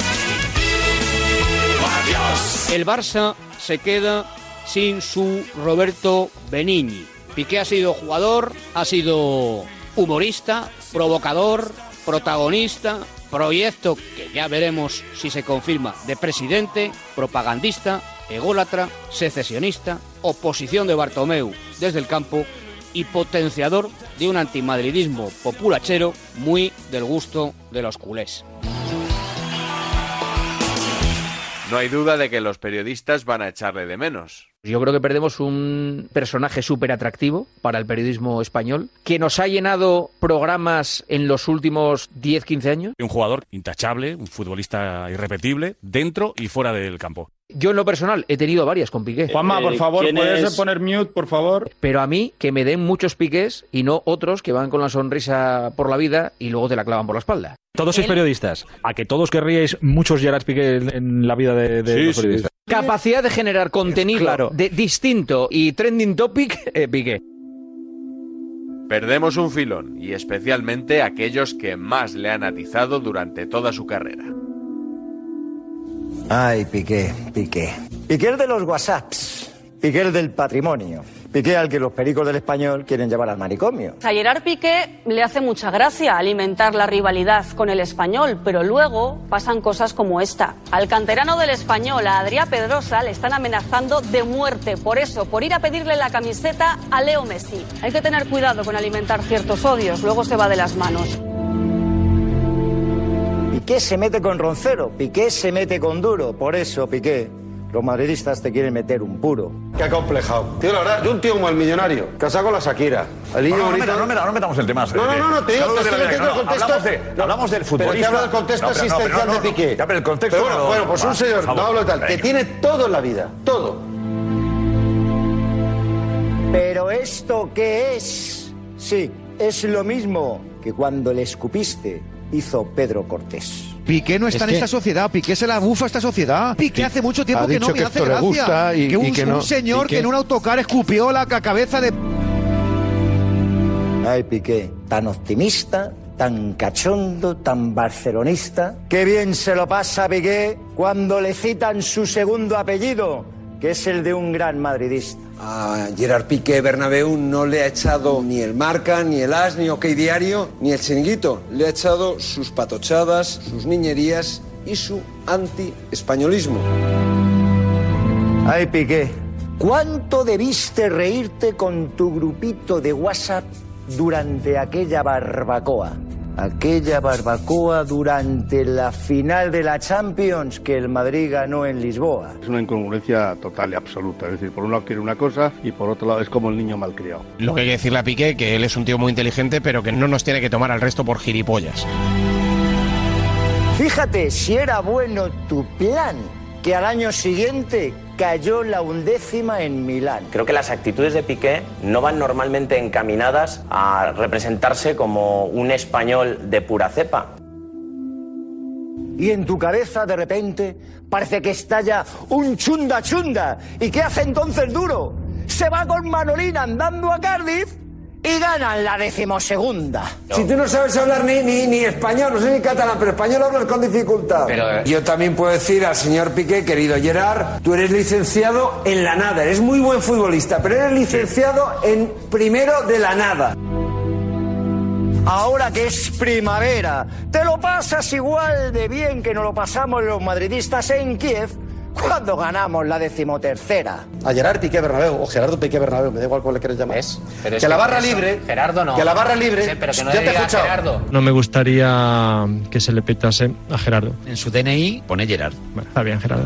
Adiós.
El Barça se queda sin su Roberto Benigni. Piqué ha sido jugador, ha sido humorista, provocador, protagonista, proyecto que ya veremos si se confirma de presidente, propagandista, ególatra, secesionista, oposición de Bartomeu desde el campo y potenciador de un antimadridismo populachero muy del gusto de los culés.
No hay duda de que los periodistas van a echarle de menos.
Yo creo que perdemos un personaje súper atractivo para el periodismo español, que nos ha llenado programas en los últimos 10-15 años.
Un jugador intachable, un futbolista irrepetible, dentro y fuera del campo.
Yo en lo personal he tenido varias con Piqué.
Juanma, por Eh, favor, ¿quién ¿puedes es? poner
mute, por favor? Pero a mí que me den muchos piques y no otros que van con la sonrisa por la vida y luego te la clavan por la espalda.
Todos sois periodistas. A que todos querríais muchos Gerard Piqué en, en la vida de, de
Sí,
los
sí,
periodistas.
Capacidad de generar contenido de distinto y trending topic, eh, Piqué.
Perdemos un filón, y especialmente aquellos que más le han atizado durante toda su carrera.
Ay, Piqué, Piqué. Piqué el de los WhatsApps. Piqué el del patrimonio. Piqué al que los pericos del español quieren llevar al manicomio.
A Gerard Piqué le hace mucha gracia alimentar la rivalidad con el español, pero luego pasan cosas como esta. Al canterano del español, a Adrián Pedrosa, le están amenazando de muerte por eso, por ir a pedirle la camiseta a Leo Messi. Hay que tener cuidado con alimentar ciertos odios, luego se va de las manos.
Piqué se mete con Roncero. Piqué se mete con Duro. Por eso, Piqué, los madridistas te quieren meter un puro.
Qué acomplejado. Tío, la verdad, yo un tío como el millonario, casado con la Shakira. El niño
No, no, no,
bonito.
meta- no, meta- no metamos el tema.
No, no, no, no, te digo, te
Saludos de la
estoy
verdad,
metiendo el
no, no,
contexto.
Hablamos, de- hablamos del
Pero te
futbolista.
hablo del contexto
No, pero no, pero
asistencial
no,
de
no.
Piqué.
Ya, pero el contexto.
Pero bueno,
no,
bueno, pues
va,
un señor,
por favor.
no hablo de tal, que
Venga.
tiene todo en la vida, todo.
Pero esto qué es? Sí, es lo mismo que cuando le escupiste hizo Pedro Cortés.
Piqué no está
Es
en
que-
esta sociedad, Piqué se la bufa a esta sociedad. Piqué hace mucho tiempo
ha
que no
dicho
me
que
hace
esto le
gracia.
gusta y-
que
y
un,
que no-
un señor
y que-
que en un autocar escupió la ca- cabeza de...
Ay, Piqué, tan optimista, tan cachondo, tan barcelonista. Qué bien se lo pasa a Piqué cuando le citan su segundo apellido que es el de un gran madridista.
A Gerard Piqué Bernabéu no le ha echado ni el Marca, ni el As, ni OK Diario, ni el Chinguito. Le ha echado sus patochadas, sus niñerías y su anti-españolismo.
Ay, Piqué. ¿Cuánto debiste reírte con tu grupito de WhatsApp durante aquella barbacoa? Aquella barbacoa durante la final de la Champions que el Madrid ganó en Lisboa.
Es una incongruencia total y absoluta. Es decir, por un lado quiere una cosa y por otro lado es como el niño malcriado.
Lo que hay que decirle a Piqué que él es un tío muy inteligente, pero que no nos tiene que tomar al resto por gilipollas.
Fíjate si era bueno tu plan, que al año siguiente cayó la undécima en Milán.
Creo que las actitudes de Piqué no van normalmente encaminadas a representarse como un español de pura cepa.
Y en tu cabeza de repente parece que estalla un chunda chunda. ¿Y qué hace entonces duro? Se va con Manolín andando a Cardiff y ganan la decimosegunda.
Si tú no sabes hablar ni, ni, ni español, no sé ni catalán, pero español hablas con dificultad. Pero, eh. Yo también puedo decir al señor Piqué, querido Gerard, tú eres licenciado en la nada, eres muy buen futbolista, pero eres licenciado en primero de la nada.
Ahora que es primavera, te lo pasas igual de bien que nos lo pasamos los madridistas en Kiev cuando ganamos la decimotercera.
A Gerard Piqué Bernabéu o Gerardo Piqué Bernabéu, me da igual cuál le quieres llamar.
Pero es
que la
por
barra
eso,
libre,
Gerardo no.
que la barra libre,
Sí, pero que no
ya
le
te he
diga
escuchado.
Gerardo.
No me gustaría que se le petase a Gerardo.
En su DNI pone Gerard.
Bueno, está bien, Gerardo.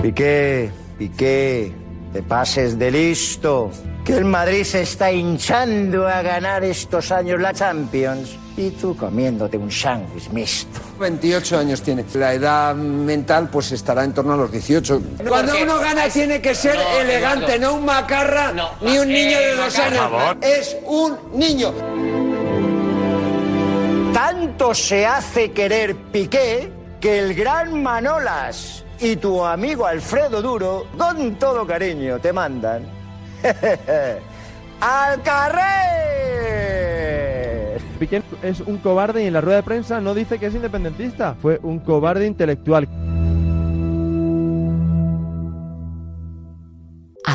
Piqué, Piqué, te pases de listo. Que el Madrid se está hinchando a ganar estos años la Champions y tú comiéndote un sándwich mixto.
28 años tiene. La edad mental pues estará en torno a los 18. Cuando Porque uno gana tiene que ser No, elegante, Eduardo. no un macarra ni un niño de dos macarra. años. Por favor. Es un niño.
Tanto se hace querer Piqué que el gran Manolas y tu amigo Alfredo Duro, con todo cariño, te mandan. ¡Al carrer!
Eh, Piqué es un cobarde y en la rueda de prensa no dice que es independentista. Fue un cobarde intelectual.
A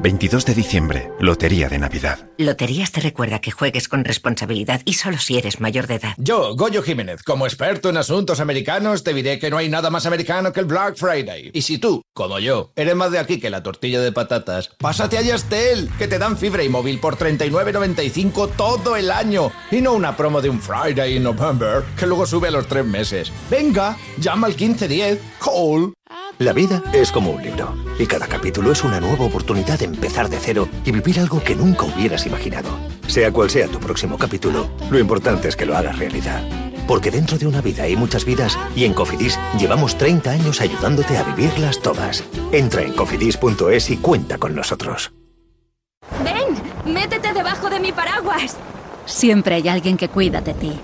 22 de diciembre, Lotería de Navidad.
Loterías te recuerda que juegues con responsabilidad y solo si eres mayor de edad.
Yo, Goyo Jiménez, como experto en asuntos americanos, te diré que no hay nada más americano que el Black Friday. Y si tú, como yo, eres más de aquí que la tortilla de patatas, pásate a Yastel, que te dan fibra y móvil por 39.95 todo el año. Y no una promo de un Friday in November, que luego sube a los tres meses. Venga, llama al 1510, call.
La vida es como un libro y cada capítulo es una nueva oportunidad de empezar de cero y vivir algo que nunca hubieras imaginado. Sea cual sea tu próximo capítulo, lo importante es que lo hagas realidad. Porque dentro de una vida hay muchas vidas y en Cofidis llevamos 30 años ayudándote a vivirlas todas. Entra en cofidis.es y cuenta con nosotros.
¡Ven! ¡Métete debajo de mi paraguas!
Siempre hay alguien que cuida de ti.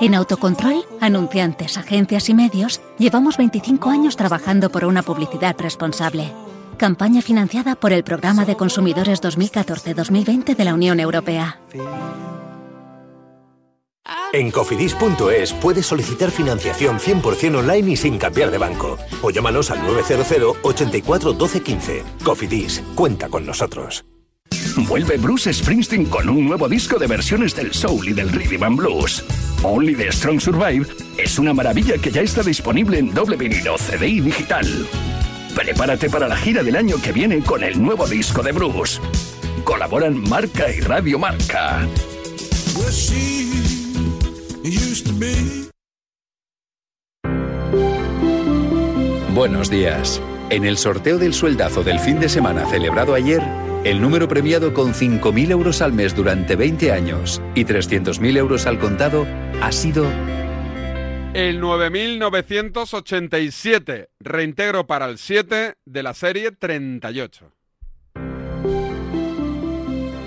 En Autocontrol, anunciantes, agencias y medios, llevamos 25 años trabajando por una publicidad responsable. Campaña financiada por el Programa de Consumidores 2014-2020 de la Unión Europea.
En cofidis.es puedes solicitar financiación 100% online y sin cambiar de banco. O llámanos al 900 84 12 15. Cofidis, cuenta con nosotros.
Vuelve Bruce Springsteen con un nuevo disco de versiones del soul y del rhythm and blues. Only the Strong Survive es una maravilla que ya está disponible en doble vinilo, CD y digital. Prepárate para la gira del año que viene con el nuevo disco de Bruce. Colaboran Marca y Radio Marca.
Where she used to be.
Buenos días. En el sorteo del sueldazo del fin de semana celebrado ayer, el número premiado con 5.000 euros al mes durante 20 años y 300.000 euros al contado ha sido
El 9987, reintegro para el 7 de la serie 38.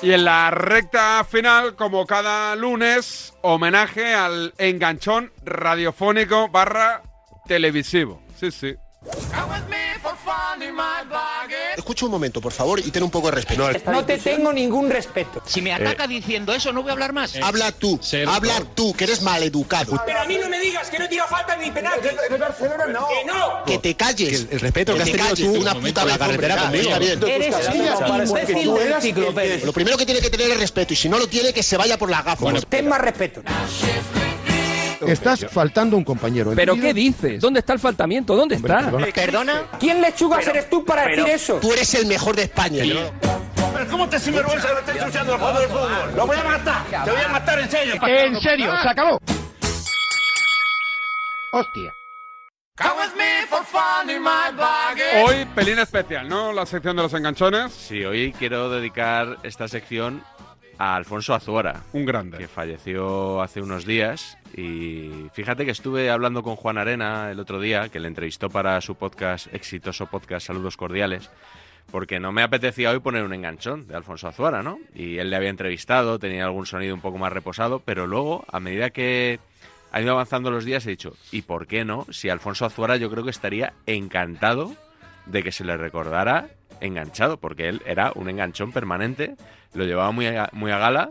Y en la recta final, como cada lunes, homenaje al enganchón radiofónico barra televisivo. Sí, sí.
Escucha un momento, por favor, y ten un poco de respeto.
No te tengo ningún respeto. Si
Eh,
me
ataca
diciendo eso, no voy a hablar más.
Habla tú, habla tú, que eres maleducado.
Pero a mí no me digas que no tira falta ni penalti.
no.
Que no.
Que te calles. el respeto
que
que
has
te
tenido
calles.
tú
una
en
puta
la
vez,
carretera
hombre,
conmigo.
está bien.
Eres
Está bien.
un
Está bien.
imbécil
Porque tú
de
eres el que-
enciclopedia.
Lo primero que tiene que tener es respeto, y si no lo tiene, que se vaya por la gafa.
Ten más respeto.
Estás faltando un compañero.
¿Pero qué
dices?
dices? ¿Dónde está el faltamiento? ¿Dónde está?
¿Quién lechugas eres tú para
pero-
decir eso?
Tú eres el mejor de España.
¿Cómo te sinvergüenza que me estáis ensuciando el juego del fútbol? ¡Lo voy a matar! ¡Te voy a matar en serio!
En serio,
Ah.
se acabó.
¡Hostia!
Hoy, pelín especial, ¿no? La sección de los enganchones. Sí, hoy quiero dedicar esta sección a Alfonso Azuara. Un grande. Que falleció hace unos días. Y fíjate que estuve hablando con Juan Arena el otro día, que le entrevistó para su podcast, exitoso podcast, Saludos Cordiales. Porque no me apetecía hoy poner un enganchón de Alfonso Azuara, ¿no? Y él le había entrevistado, tenía algún sonido un poco más reposado, pero luego, a medida que han ido avanzando los días, he dicho, ¿y por qué no? Si Alfonso Azuara yo creo que estaría encantado de que se le recordara enganchado, porque él era un enganchón permanente, lo llevaba muy a, muy a gala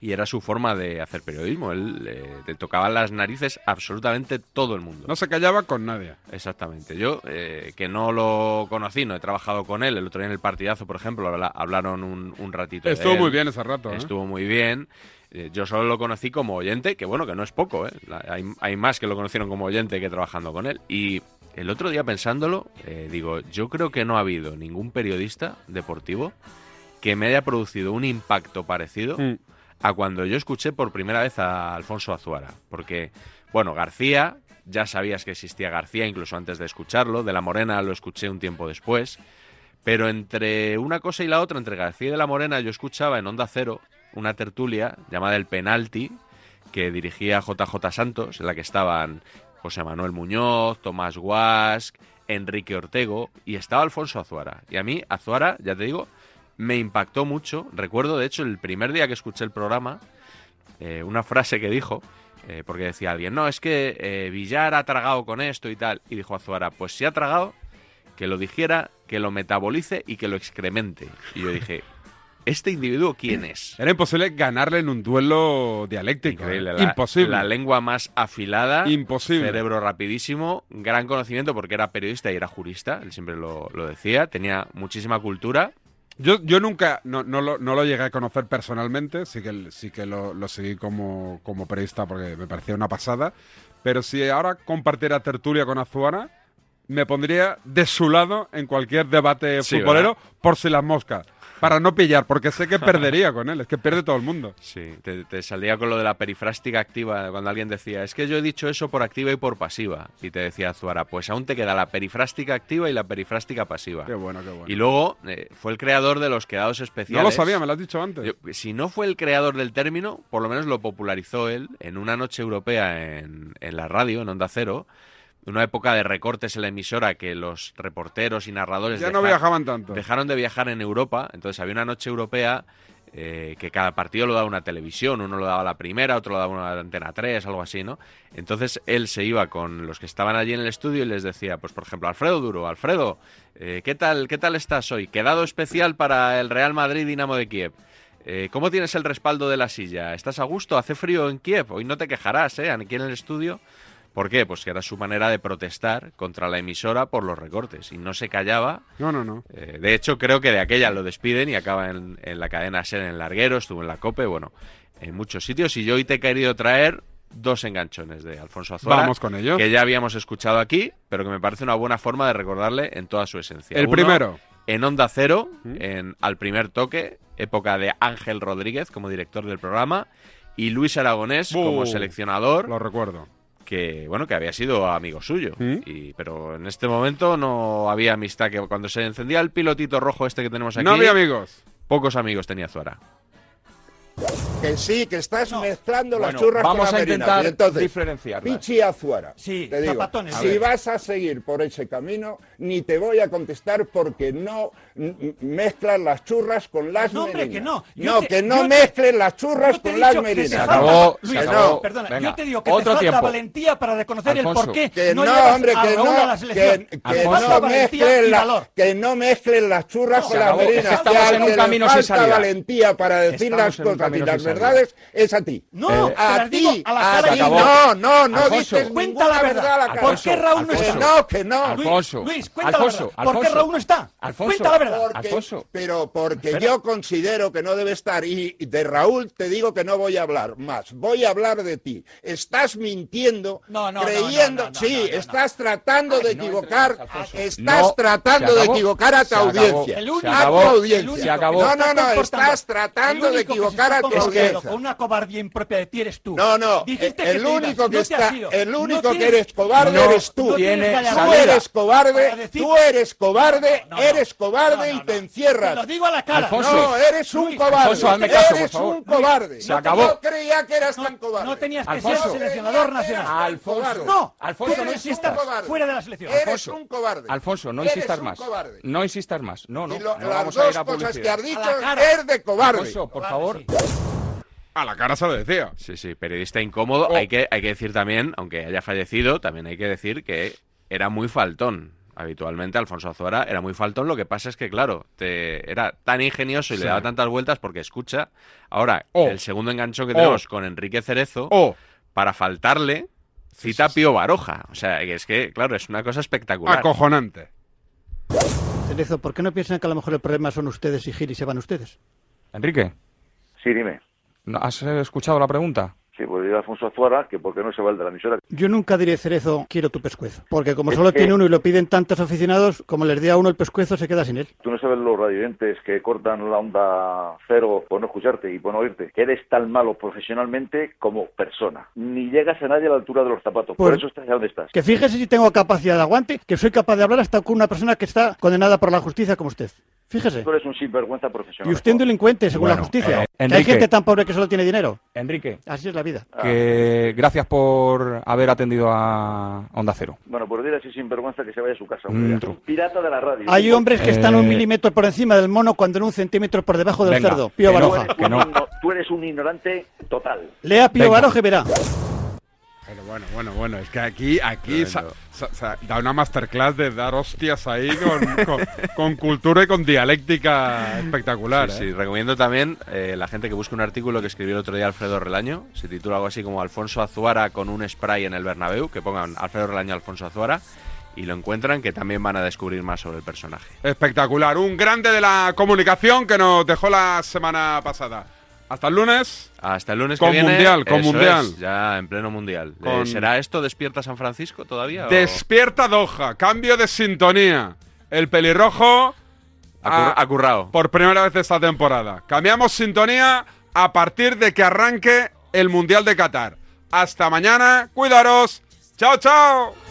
y era su forma de hacer periodismo. Él eh, le tocaba las narices absolutamente todo el mundo. No se callaba con nadie. Exactamente. Yo, eh, que no lo conocí, no he trabajado con él. El otro día en el partidazo, por ejemplo, habla- hablaron un, un ratito. de
Estuvo
él.
muy bien ese rato, ¿eh?
Estuvo muy bien. Eh, Yo solo lo conocí como oyente, que bueno, que no es poco, ¿eh? La- hay, hay más que lo conocieron como oyente que trabajando con él. Y el otro día pensándolo, eh, digo, yo creo que no ha habido ningún periodista deportivo que me haya producido un impacto parecido
Mm.
a cuando yo escuché por primera vez a Alfonso Azuara. Porque, bueno, García, ya sabías que existía García incluso antes de escucharlo, de La Morena lo escuché un tiempo después, pero entre una cosa y la otra, entre García y de La Morena, yo escuchaba en Onda Cero una tertulia llamada El Penalti, que dirigía JJ Santos, en la que estaban José Manuel Muñoz, Tomás Guasch, Enrique Ortego y estaba Alfonso Azuara. Y a mí, Azuara, ya te digo, me impactó mucho. Recuerdo, de hecho, el primer día que escuché el programa, eh, una frase que dijo, eh, porque decía alguien, no, es que eh, Villar ha tragado con esto y tal. Y dijo Azuara, pues si ha tragado, que lo dijera, que lo metabolice y que lo excremente. Y yo dije, ¿este individuo quién es?
Era imposible ganarle en un duelo dialéctico.
Increíble,
¿eh?
la-
Imposible.
La lengua más afilada.
Imposible.
Cerebro rapidísimo. Gran conocimiento porque era periodista y era jurista. Él siempre lo, lo decía. Tenía muchísima cultura.
Yo, yo nunca, no, no, lo, no lo llegué a conocer personalmente, sí que, sí que lo, lo seguí como, como periodista porque me parecía una pasada, pero si ahora compartiera tertulia con Azuana, me pondría de su lado en cualquier debate
Sí,
futbolero
¿verdad?
por si las moscas, para no pillar, porque sé que perdería con él, es que pierde todo el mundo.
Sí, te, te salía con lo de la perifrástica activa, cuando alguien decía, es que yo he dicho eso por activa y por pasiva. Y te decía Azuara, pues aún te queda la perifrástica activa y la perifrástica pasiva.
Qué bueno, qué bueno.
Y luego eh, fue el creador de los quedados especiales.
No lo sabía, me lo has dicho antes.
Yo- si no fue el creador del término, por lo menos lo popularizó él en una noche europea en, en la radio, en Onda Cero. Una época de recortes en la emisora que los reporteros y narradores
Ya no
deja-
viajaban tanto.
Dejaron de viajar en Europa, entonces había una noche europea eh, que cada partido lo daba una televisión, uno lo daba la primera, otro lo daba una de antena 3, algo así, ¿no? Entonces él se iba con los que estaban allí en el estudio y les decía, pues por ejemplo, Alfredo Duro, Alfredo, eh, ¿qué, tal, ¿qué tal estás hoy? Quedado especial para el Real Madrid Dinamo de Kiev. Eh, ¿Cómo tienes el respaldo de la silla? ¿Estás a gusto? ¿Hace frío en Kiev? Hoy no te quejarás, ¿eh? Aquí en el estudio. ¿Por qué? Pues que era su manera de protestar contra la emisora por los recortes. Y no se callaba
No, no, no.
eh, de hecho, creo que de aquella lo despiden y acaba en, en la cadena ser en el larguero, estuvo en la COPE, bueno, en muchos sitios. Y yo hoy te he querido traer dos enganchones de Alfonso Azuara.
Vamos con ellos.
Que ya habíamos escuchado aquí, pero que me parece una buena forma de recordarle en toda su esencia.
El
Uno,
primero.
En Onda Cero, en Al Primer Toque, época de Ángel Rodríguez como director del programa y Luis Aragonés como
Uh,
seleccionador.
Lo recuerdo.
Que, bueno, que había sido amigo suyo.
¿Mm?
Y, pero en este momento no había amistad. Que cuando se encendía el pilotito rojo este que tenemos aquí.
No había amigos.
Pocos amigos tenía Zuara.
Que sí, que estás mezclando
Bueno,
las churras
vamos
con la
a
merina.
intentar
Y entonces,
diferenciarlas.
Pichi Azuara, te digo,
zapatones, a
si
ver.
vas a seguir por ese camino, ni te voy a contestar porque no m- m- mezclas las churras con las
No, hombre,
merinas.
que no. Yo
No,
te-
que
yo
no
te-
mezcles las churras
te he
con las
dicho que
merinas.
te falta- Luis,
Que
perdona,
no.
perdona, yo te digo que te falta valentía para reconocer
Alfonso.
el porqué
Que
no,
no,
llevas
hombre,
a
que
Raúl
no,
a la selección.
que-
Te
que
falta
no
valentía
mezclen
y
la-
valor.
que no mezclen las churras
No,
con
se
las
acabó. Es que
merinas.
estamos
Que
en
al
un
que le
camino sin
falta
salida.
valentía para decir
Estamos
las
en un
cosas y
camino
las
sin salida.
verdades es a ti. Eh,
No, te
a
las digo
ti,
a la cara
a
y
ti.
se acabó.
No, no, no
Alfonso,
dices
cuenta la
ninguna
verdad.
verdad a la cara.
¿Por qué Raúl no
Que
está?
no, que no.
Alfonso, Luis, Luis, cuenta la Alfonso, verdad. ¿Por qué Alfonso, Raúl no está? Alfonso, Cuenta la verdad.
Porque-
Alfonso.
Pero porque
Espera.
yo considero que no debe estar. Y de Raúl te digo que no voy a hablar más. Voy a hablar de ti. Estás mintiendo,
no,
creyendo.
no, no, no,
sí, estás tratando de equivocar. estás
No,
tratando
se
de
acabó,
equivocar a tu
se acabó,
audiencia.
el único-
a
se
tu
acabó, el
audiencia.
único que
No,
se
no,
está
no.
comportando-
Estás tratando
el
de
único que se
equivocar a
está
tu
comportando
audiencia.
Con una cobardía impropia de ti eres tú.
No, no.
Dijiste
El
te
único
ibas,
que
no te
está-
has ido.
el único
No
que
tienes-
eres cobarde
no
eres tú.
tienes
Tú
gallardía.
eres cobarde,
Para decir-
tú eres cobarde, eres cobarde y te encierras.
Te lo digo a la cara.
Alfonso,
Luis,
no, eres un
Luis,
cobarde.
Alfonso, hazme caso, por
eres
favor.
un cobarde.
Se acabó.
No creía que eras tan cobarde.
No tenías que
Alfonso.
ser seleccionador nacional.
Alfonso.
Cobarde. No,
Alfonso,
tú
no
eres-
insistas.
estás fuera de la selección.
Eres un cobarde.
Alfonso, no
Eres
insistas
un
más.
cobarde.
No insistas más. No, no.
Y lo-
no
las
vamos a
dos
ir a
cosas
publicidad.
que has dicho A la cara. es de cobarde.
Alfonso, por favor.
A la cara se lo decía. Oh.
Sí, sí, periodista incómodo. Hay, que, hay que decir también, aunque haya fallecido, también hay que decir que era muy faltón. Habitualmente Alfonso Azuara era muy faltón. Lo que pasa es que, claro, te, era tan ingenioso y
Sí.
le daba tantas vueltas porque escucha. Ahora, el segundo engancho que
Oh.
tenemos con Enrique Cerezo, para faltarle, cita a Pío Baroja. O sea, que es que, claro, es una cosa espectacular.
Acojonante.
Cerezo, ¿por qué no piensan que a lo mejor el problema son ustedes y Gil y se van ustedes?
Enrique,
Sí, dime.
¿no- ¿has eh, escuchado la pregunta?
Sí, pues digo a Alfonso Azuara que por qué no se va el de la emisora.
Yo nunca diré Cerezo, quiero tu pescuezo. Porque como
Es
solo
que-
tiene uno y lo piden tantos aficionados, como les dé a uno el pescuezo, se queda sin él.
Tú no sabes los radiantes que cortan la onda cero por no escucharte y por no oírte. Eres tan malo profesionalmente como persona. Ni llegas a nadie a la altura de los zapatos. Por,
Pues-
eso estás donde estás.
Que fíjese si tengo capacidad de aguante, que soy capaz de hablar hasta con una persona que está condenada por la justicia como usted. Fíjese.
Tú eres un sinvergüenza
Y
profesional.
usted un delincuente, según la
Bueno,
justicia.
eh,
Que hay
Enrique.
gente tan pobre que solo tiene dinero.
Enrique.
Así es la vida.
Que gracias por haber atendido a Onda Cero.
Bueno, por decir así sinvergüenza que se vaya a su casa.
Mm,
hombre, ya.
tú.
Pirata de la radio.
Hay hombres que están un
Eh,
milímetro por encima del mono cuando en un centímetro por debajo del
Venga,
cerdo.
que
Pío
no,
Baroja.
que no.
Tú eres un ignorante total.
Lea Pío
Venga.
Baroja y verá.
Pero bueno, bueno, bueno, es que aquí, aquí sa- sa- sa- da una masterclass de dar hostias ahí con, con- con cultura y con dialéctica espectacular.
Sí,
¿eh?
sí, recomiendo también eh, la gente que busque un artículo que escribió el otro día Alfredo Relaño. Se titula algo así como Alfonso Azuara con un spray en el Bernabéu. Que pongan Alfredo Relaño, Alfonso Azuara. Y lo encuentran, que también van a descubrir más sobre el personaje.
Espectacular. Un grande de la comunicación que nos dejó la semana pasada. Hasta el lunes.
Hasta el lunes
Con
que viene.
Mundial, con
eso
Mundial.
es, ya en pleno mundial. Eh,
Con-
¿Será esto Despierta San Francisco todavía? o-
Despierta Doha. Cambio de sintonía. El pelirrojo.
Acurra-
ha-
acurrao.
Por primera vez esta temporada. Cambiamos sintonía a partir de que arranque el Mundial de Qatar. Hasta mañana. Cuidaros. Chao, chao.